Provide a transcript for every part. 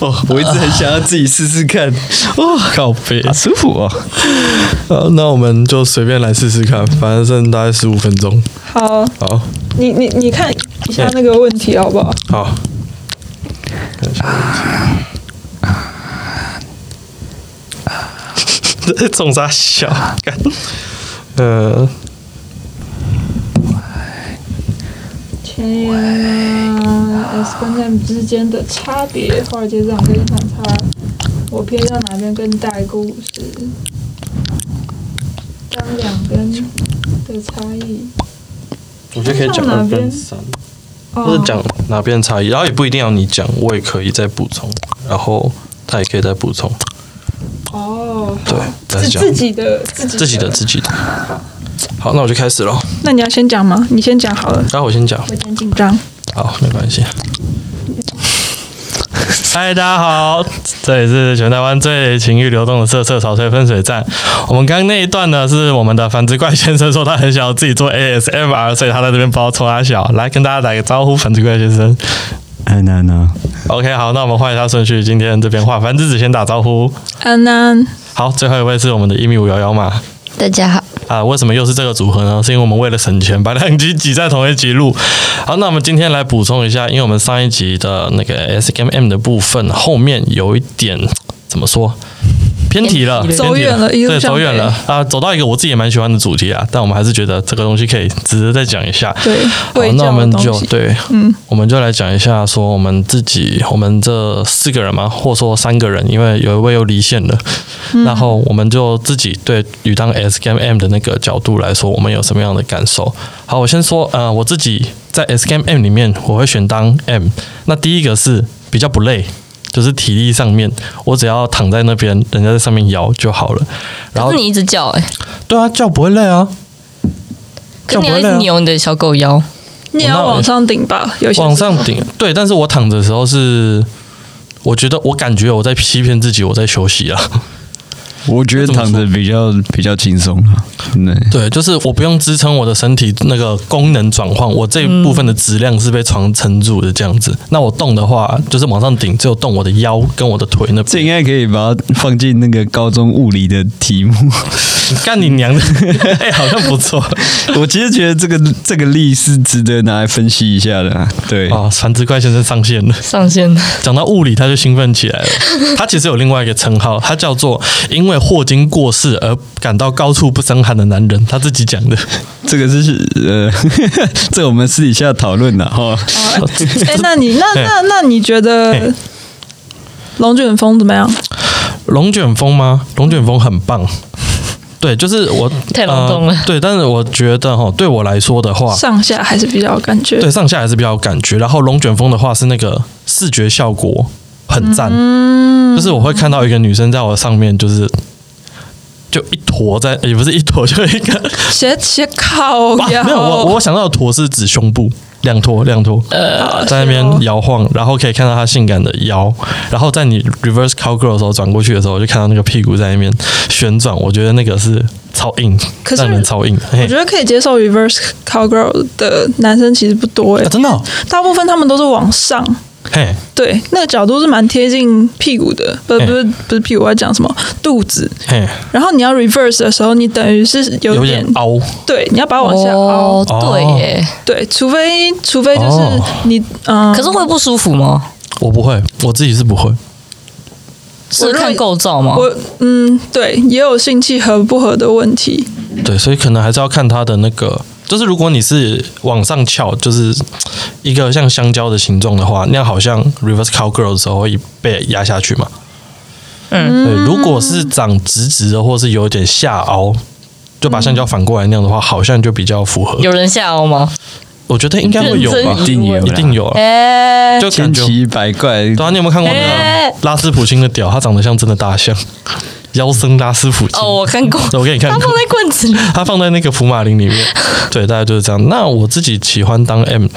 哦，我一直很想要自己试试看。 哦，靠背，好舒服哦。好，那我们就随便来试试看，反正大概十五分钟。好，好，你你你看一下那个问题好不好？ 好，这冲啥笑？干呃，前言啊，S 跟 M 之间的差别，华尔街这场跟反差，我偏向哪边更大一个五十？当两边的差异，我觉得可以讲哪二边跟三，或哦者，讲哪边差异，然后也不一定要你讲，我也可以再补充，然后他也可以再补充，哦，对，再自讲自己的自己自己的自己的。好，那我就开始喽。那你要先讲吗？你先讲好了，那我先讲，我先紧张。好，没关系。嗨，大家好，这里是全台湾最情欲流动的色色潮吹分水站。我们刚刚那一段呢，是我们的繁殖怪先生说他很想要自己做 ASMR，所以他在这边包冲他小，来跟大家打个招呼，繁殖怪先生。安安呢？ OK，好，那我们换一下顺序，今天这边换繁殖子先打招呼。安安，好，最后一位是我们的一米五幺幺嘛。大家好，啊，为什么又是这个组合呢？是因为我们为了省钱，把两集挤在同一集录。 好，那我们今天来补充一下，因为我们上一集的那个 S M M 的部分后面有一点怎么说？偏题了，偏题了偏题走远了一路对，向走远北了啊，走到一个我自己也蛮喜欢的主题啊，但我们还是觉得这个东西可以值得再讲一下。 对，好，会那我讲们的就东西，对，嗯，我们就来讲一下，说我们自己，我们这四个人嘛，或说三个人，因为有一位又离线了，嗯然后我们就自己对于当 S Game M 的那个角度来说，我们有什么样的感受？好，我先说，呃，我自己在 S Game M 里面，我会选当 M。那第一个是比较不累。就是体力上面，我只要躺在那边，人家在上面摇就好了。然后可是你一直叫哎、对啊，叫不会累啊，叫不会累可是你要一直啊扭你的小狗腰，你也要往上顶吧，有些往时候上顶。对，但是我躺着的时候是，我觉得我感觉我在欺骗自己，我在休息啊。我觉得躺着比较比较轻松啊。对，对，就是我不用支撑我的身体那个功能转换，我这一部分的质量是被床撑住的这样子。那我动的话，就是往上顶，只有动我的腰跟我的腿那这应边。该可以把它放进那个高中物理的题目。 干你娘的！哎、好像不错我其实觉得这个这个例是值得拿来分析一下的、啊。对，啊！繁殖怪先生上线了。上线了，讲到物理，他就兴奋起来了。他其实有另外一个称号，他叫做“因为霍金过世而感到高处不胜寒的男人”，他自己讲的。这个是呃， 这我们私底下讨论的哦哈。 哎、那你那嘿那那你觉得嘿龙卷风怎么样？龙卷风吗？龙卷风很棒。对，就是我太隆重了呃对，但是我觉得哈，对我来说的话，上下还是比较有感觉。对上下还是比较有感觉。然后龙卷风的话是那个视觉效果很赞，嗯就是我会看到一个女生在我上面，就是就一坨在，也不是一坨，就一个斜斜靠哇，腰，啊没有我我想到的坨是指胸部。两坨，两坨，好在那是边哦摇晃，然后可以看到她性感的腰，然后在你 reverse cowgirl 的时候转过去的时候，我就看到那个屁股在那边旋转，我觉得那个是超硬，可是让人超硬。嘿我觉得可以接受 reverse cowgirl 的男生其实不多哎、啊真的哦大部分他们都是往上，嘿，对，那个角度是蛮贴近屁股的，不嘿不是不是屁股，我要讲什么肚子。嘿，然后你要 reverse 的时候，你等于是有有点点凹，对，你要把它往下凹，哦，对耶，对，除非除非就是哦你嗯，可是会不舒服吗？我不会，我自己是不会。是看构造哦吗？我嗯对，也有性气合不合的问题，对，所以可能还是要看它的那个，就是如果你是往上翘，就是一个像香蕉的形状的话，那样好像 reverse cowgirl 的时候会被压下去嘛。嗯，对，如果是长直直的，或是有点下凹，就把香蕉反过来那样的话，好像就比较符合。有人下凹吗？我觉得应该会有吧，一定有啦一定有啊。哎、就感千觉，奇百怪，对啊，你有没有看过那哎个拉斯普京的屌？它长得像真的大象， 腰身拉斯普京。哦，我看过，我给你看它过放在罐子里，它放在那个福马林里 面，对，大概就是这样。那我自己喜欢当 M，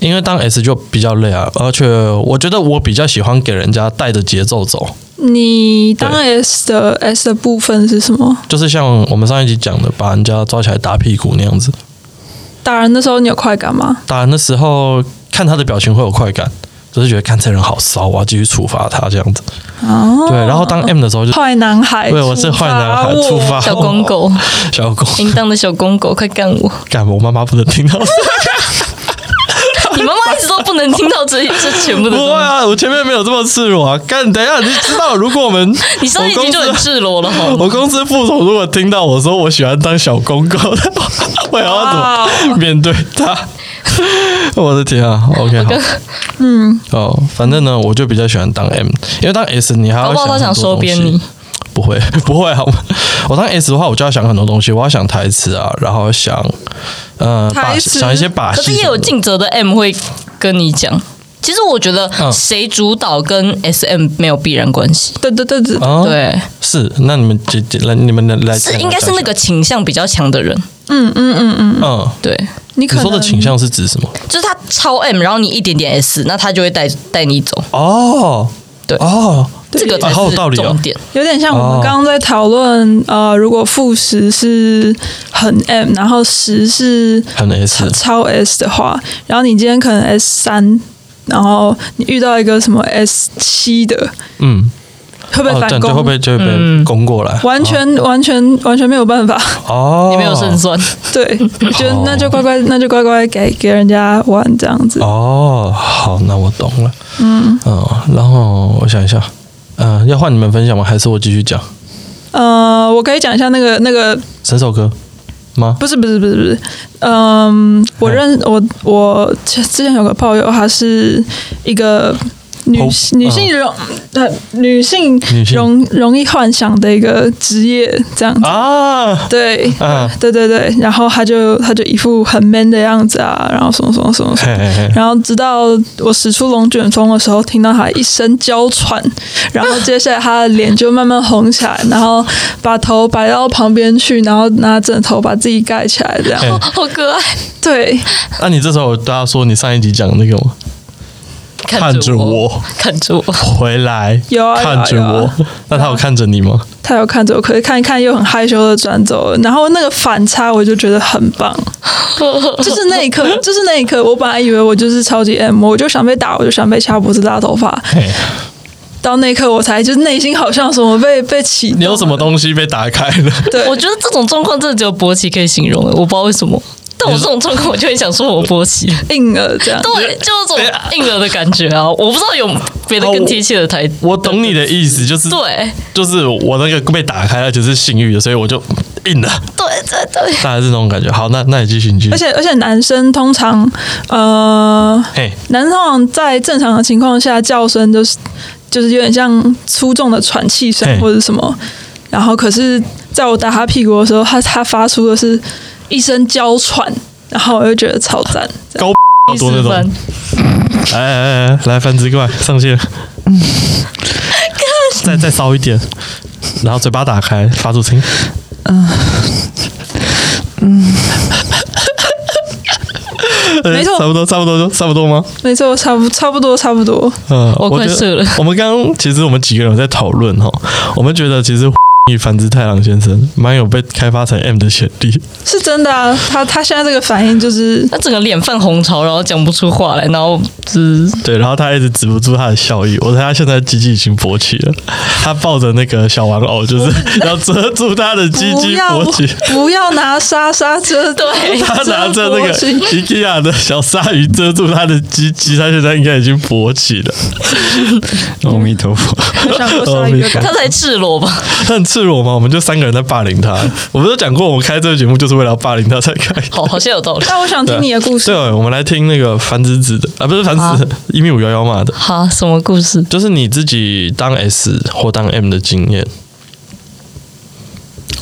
因为当 S 就比较累啊，而且我觉得我比较喜欢给人家带着节奏走，你当 S 的 S 的部分是什么？就是像我们上一集讲的，把人家抓起来打屁股那样子。打人的时候你有快感吗？打人的时候看他的表情会有快感，就是觉得看这人好骚，我要继续处罚他这样子。哦，对，然后当 M 的时候就坏男孩，哦对我是坏男孩我处罚小公狗，小狗淫荡的小公狗，快干 我！干我妈妈不能听 到。你妈妈一直都不能听到这这全部不的东会西，啊，我前面没有这么赤裸啊。干，等一下你就知道，如果我们 你上一我公集就很司赤裸了，好吗？ 我公司副总如果听到我说我喜欢当小公 狗的话，我要怎么面对他？ 我的天啊！OK，好，嗯，哦，反正呢，我就比较喜欢当 M，因为当 S 你还搞要不好他很想多收编东西你，不会， 不会好吗？我当 S 的话，我就要想很多东西，我要想台词啊，然后想呃把台词想一些把可戏什是么的，也有尽责的 M 会跟你讲。其实我觉得嗯谁主导跟 S M 没有必然关系，对对对对，啊，，对，是，那你们姐姐来，你们来来是讲应该是那个倾向比较强的人，嗯嗯嗯嗯，嗯，对，你你可说的能倾向是指什么？就是他超 M，然后你一点点 S，那他就会带带你走，哦，对哦，这个才啊好有是道理哦重点。有点像哦我们刚刚在讨论，呃，如果副十是很 M，然后十是很 S，超 S 的话，然后你今天可能 S 三，然后你遇到一个什么 S 七的，嗯，会被哦，这反样就攻，会被就会被攻过来， 完全、完全完全没有办法。 哦，你没有胜算， 对，就那就乖乖，那就乖乖给给人家玩这样子。哦，好，那我懂了，嗯然后我想一下，嗯、要换你们分享吗？还是我继续讲？呃，我可以讲一下那个那个，整首歌吗？不是不是不是不是，嗯，我认我我之之前有个炮友，她是一个女哦女性容呃女性女性容容易幻想的一个职业这样子。啊，对，嗯、对对对，然后他就他就一副很 man 的样子啊，然后什么什么什么什么嘿嘿嘿然后直到我使出龙卷风的时候，听到他一声娇喘，然后接下来他的脸就慢慢红起来，然后把头摆到旁边去，然后拿枕头把自己盖起来，这样。哎 好可爱，对，那、你这时候有大家说你上一集讲的那个吗？看着我，我看着我，回来，有啊有啊看着我。有啊那他有看着你吗？他有看着我，可是看一看又很害羞的转走了，然后那个反差我就觉得很 棒，就是那一刻，就是那一刻，我本来以为我就是超级 M，我就想被打，我就想被掐脖子、拉头发，嘿到那一刻我才就是内心好像有什么被被启你动，有什么东西被打开 了？对我觉得这种状况真的只有勃起可以形容，欸我不知道为什么。但我这种状况，我就会想说我勃 起了，硬了这嗯样。对，就有种硬了的感觉啊！我不知道有别的更贴切的台，我懂你的意思，就是对就是我那个被打开了，就是性欲的，所以我就硬了，对对对，大概是那种感觉。好，那那你继续，你继续而。且而且男生通常，呃，嘿，男生通常在正常的情况下叫声就是就是有点像粗重的喘气声嘿或者什么，然后可是在我打他屁股的时候，他他发出的是一声娇喘，然后我就觉得超赞。这样高要多那种。分哎哎哎，来繁殖过来，上线。再再烧一点，然后嘴巴打开，发出声音。嗯。没错差不多，差不多，差不多吗？没错，差不差不多差不多。嗯，我快觉得射了我们刚刚其实我们几个人有在讨论哈，我们觉得其实繁殖太郎先生蛮有被开发成 M 的潜力。是真的啊，他他现在这个反应就是他整个脸泛红潮，然后讲不出话来，然后就是对，然后他一直止不住他的笑意。我猜他现在鸡鸡已经勃起了，他抱着那个小玩偶，就是要遮住他的鸡不鸡要勃起。不要拿沙沙遮对遮他拿着那个勃起 IKEA 的小鲨鱼遮住他的鸡鸡，他现在应该已经勃起 了。阿弥陀佛，我想过哦鲨鱼没的错感觉他才赤裸吧？ 他很赤裸吗？我们就三个人在霸凌他。我们都讲过，我们开这个节目就是为了要霸凌他才开。 好，好像有道理。 但我想听你的故事对，，哦我们来听那个繁殖子的啊，不是繁殖子一米五幺幺嘛的，哈，什么故事？就是你自己当 S 或当 M 的经验。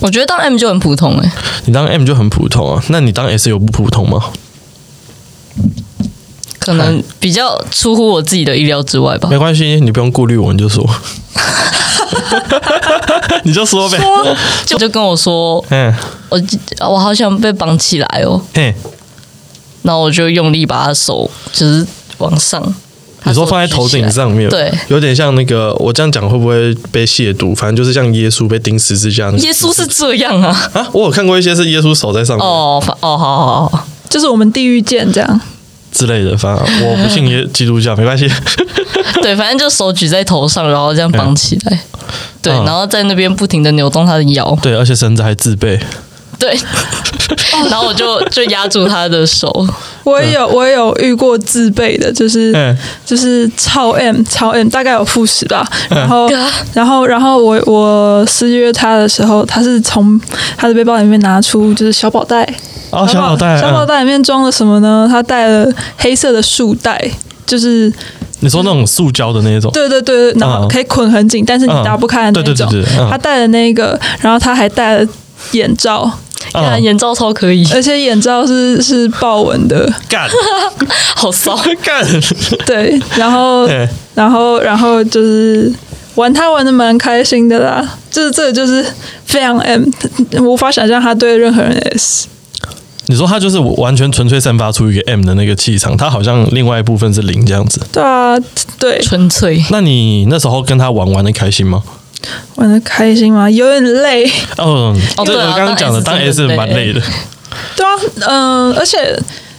我觉得当 M 就很普通哎、你当 M 就很普通啊，那你当 S 有不普通吗？可能比较出乎我自己的意料之外吧没。关系，你不用顾虑我，你就说，你就说呗。 就就跟我说，嗯，我我好想被绑起来哦，嘿，然后我就用力把他手就是往上，你说放在头顶上面，对，有点像那个，我这样讲会不会被亵渎？反正就是像耶稣被钉十字架那个。耶稣是哦这样啊？啊，我有看过一些是耶稣手在上面，哦反哦，好好好，就是我们地狱见这样。之类的，反正我不信耶基督教没关系。对，反正就手举在头上，然后这样绑起来，对，嗯然后在那边不停的扭动他的腰，对，而且绳子还自备，对， 然后我就就压住他的手，我也有我也有遇过自备的，就是、嗯就是超 M 超 M，大概有负十吧。嗯然后、然后然后我我私约他的时候，他是从他的背包里面拿出就是小宝袋，哦，小脑袋，小宝嗯袋里面装了什么呢？他带了黑色的束带，就是嗯你说那种塑胶的那种，对对对，对然后嗯可以捆很紧，但是你嗯打不开的那对对种。对对嗯他戴了那个，然后他还戴了眼罩，看、嗯，眼罩超可以，而且眼罩是是豹纹的，干 好骚，干，对，然 后对然后然后就是玩他玩的蛮开心的啦，这这个就是非常 M，无法想象他对任何人 S，你说他就是完全纯粹散发出一个 M 的那个气场，他好像另外一部分是零这样子。对啊，对，纯粹。那你那时候跟他玩玩的开心吗？玩的开心吗？有点累。嗯，这哦对个啊我刚刚讲的当当 S S 真的蛮 累的，对啊，嗯、而且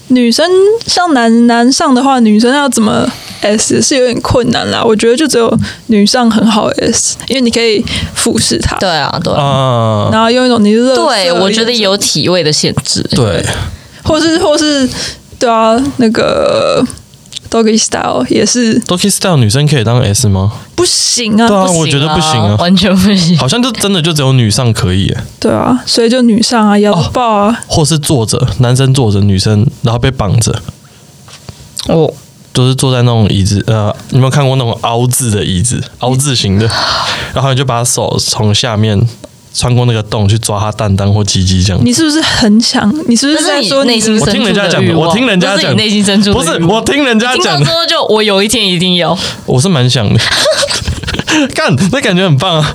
女生像男男上的话，女生要怎么 S 是有点困难啦。我觉得就只有女上很好 S，因为你可以俯视她，对啊，对啊，啊，然后用一种你是热色对，我觉得眼神，有体位的限制。对，啊或是或是对啊，那个 doggy style 也是 d o k i Style 女生可以当 S 吗？不行啊，对啊行我觉得不行啊完全不行。好像就真的就只有女上可以耶，对啊，所以就女上哦啊，摇爆啊，或是坐着，男生坐着，女生然后被绑着，我就是坐在那种椅子，呃，你有没有看过那种凹字的椅子，凹字形 的，然后你就把手从下面穿过那个洞去抓他蛋蛋或鸡鸡这样你是不是很想？你是不这是在是说你内你心我深听处人家的讲欲的，望，我听人家这是讲你内心深处的不是欲望我听人家听讲到的之，后就我有一天一定要， 我是蛮想 的。干，那感觉很棒啊！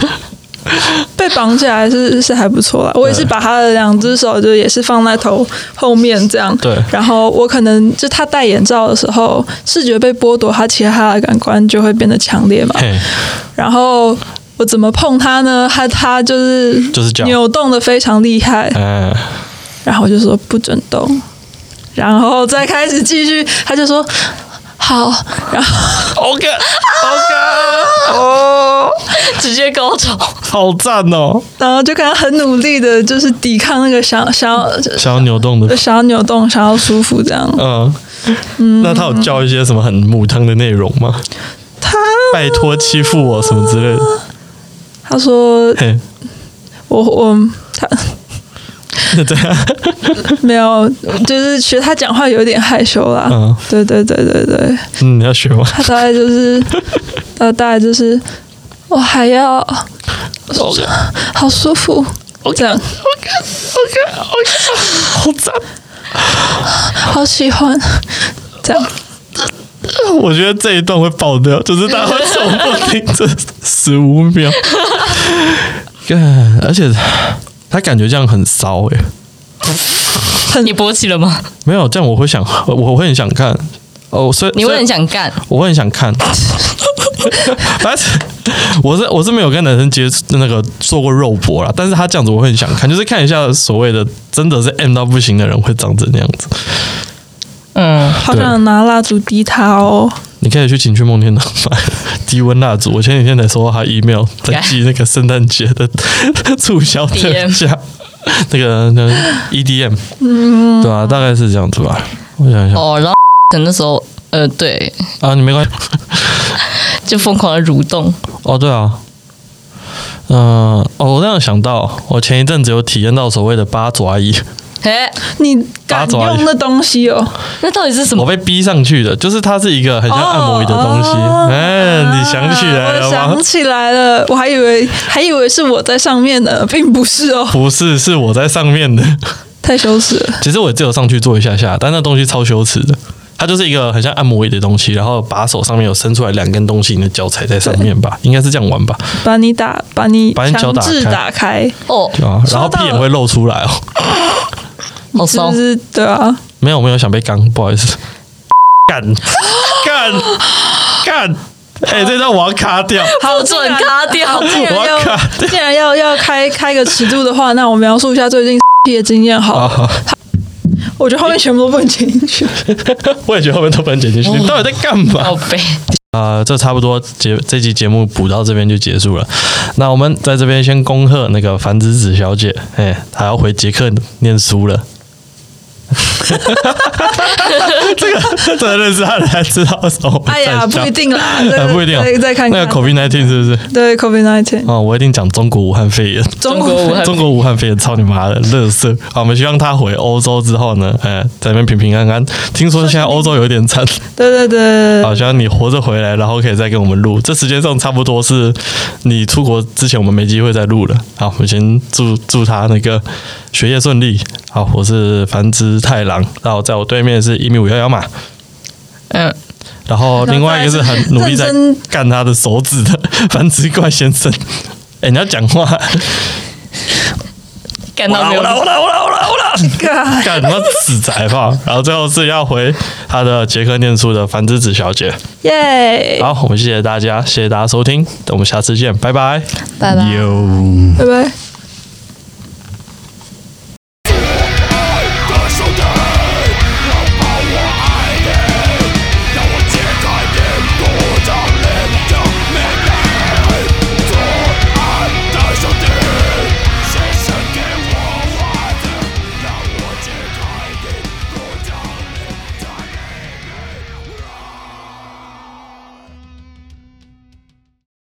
被绑起来是 是还不错啦，我也是把他的两只手就也是放在头后面这样，对然后我可能就他戴眼罩的时候，视觉被剥夺，他其他的感官就会变得强烈嘛。嘿，然后我怎么碰他呢？他他就是就是这样扭动的非常厉害，哎、然后我就说不准动，然后再开始继续，他就说好，然后 o k OK，哦，直接高潮。好赞哦！然后就看他很努力的，就是抵抗那个想想要想要扭动的，想要扭动，想要舒服这样。嗯，那他有教一些什么很母汤的内容吗？他拜托欺负我什么之类的？他说嘿，我我他那这 样，没有，就是其实他讲话有点害羞啦。嗯对对对对对，嗯，你要学吗他大概就是 他大概就是我还要？OK 好舒服。这样 OK OK OK，好赞！好喜欢，这样哦我觉得这一段会爆掉，就是大家会重复听这十五 秒。干，而且他感觉这样很骚欸诶、你勃起了吗？没有这样我会想， 我我会很想看。哦，所以你会很，想干？所以我会很想看。 反正我是我是没有跟男生接触那个做过肉搏啦，但是他这样子我会很想看，就是看一下所谓的真的是 M 到不行的人会长怎样子。嗯，好想拿蜡烛滴他哦！你可以去情趣梦天堂买 低温蜡烛。我前几天才收到他 email，在寄那个圣诞节的促销特价，那个那个 EDM，嗯，对啊，大概是这样子吧。我想一想哦，然后 那时候，呃，对，啊，你没关系就疯狂的蠕动。哦，对啊，嗯、哦，我这样想到，我前一阵子有体验到所谓的八爪椅，哎，你敢八爪鱼用那东西哦？那到底是什我么？被逼上去的，就是它是一个很像按摩椅的东西。哦哎、你想起来我了吗想？起来了，我还以为还以为是我在上面呢，并不是哦，不是，是我在上面的。 太羞耻了。其实我也只有上去坐一下下，但那东西超羞耻的。它就是一个很像按摩椅的东西，然后把手上面有伸出来两根东西，你的脚踩在上面吧，应该是这样玩吧，把你打，把你把你脚强打制开打开，哦，对啊，然后说到屁眼会露出来哦。好是骚不！是？对啊，没有没有想被刚，不好意思，干干干，哎、这段我要卡掉， 好不准卡掉！既然啊 我要要卡既然 要要开开个尺度的话，那我描述一下最近的经验好了。啊！我觉得后面全部都不能剪进去。 我也觉得后面都不能剪进哦去，你到底在干嘛？宝贝，啊、这差不多节这期节目补到这边就结束了。那我们在这边先恭贺那个樊子子小姐，哎，她要回捷克念书了。 这个真的认识她的才知道什么。哎呀，不一，定 啦，这个不一定哦再再看那看个 COVID nineteen 是不是？对 COVID nineteen 哦，我一定讲中国武汉肺炎。中国武国 汉中国武汉肺炎，操你妈的，乐色！好，我们希望她回欧洲之后呢，哎，在那边平平安安。听说现在欧洲有点惨，对对对好，希望你活着回来，然后可以再跟我们录。这时间上差不多是你出国之前，我们没机会再录了。好，我们先祝祝他那个学业顺利。好，我是繁殖太郎，然后在我对面是一米五幺幺嘛，嗯，然后另外一个是很努力在认真干他的手指的繁殖怪先生。哎、你要讲话，干我到啦没有我啦我啦我啦我啦我啦， God 干他妈死宅吧！然后最后是要回他的捷克念书的繁殖子小姐。耶，好，我们谢谢大家，谢谢大家收听，等我们下次见，拜拜。拜拜。有。拜拜。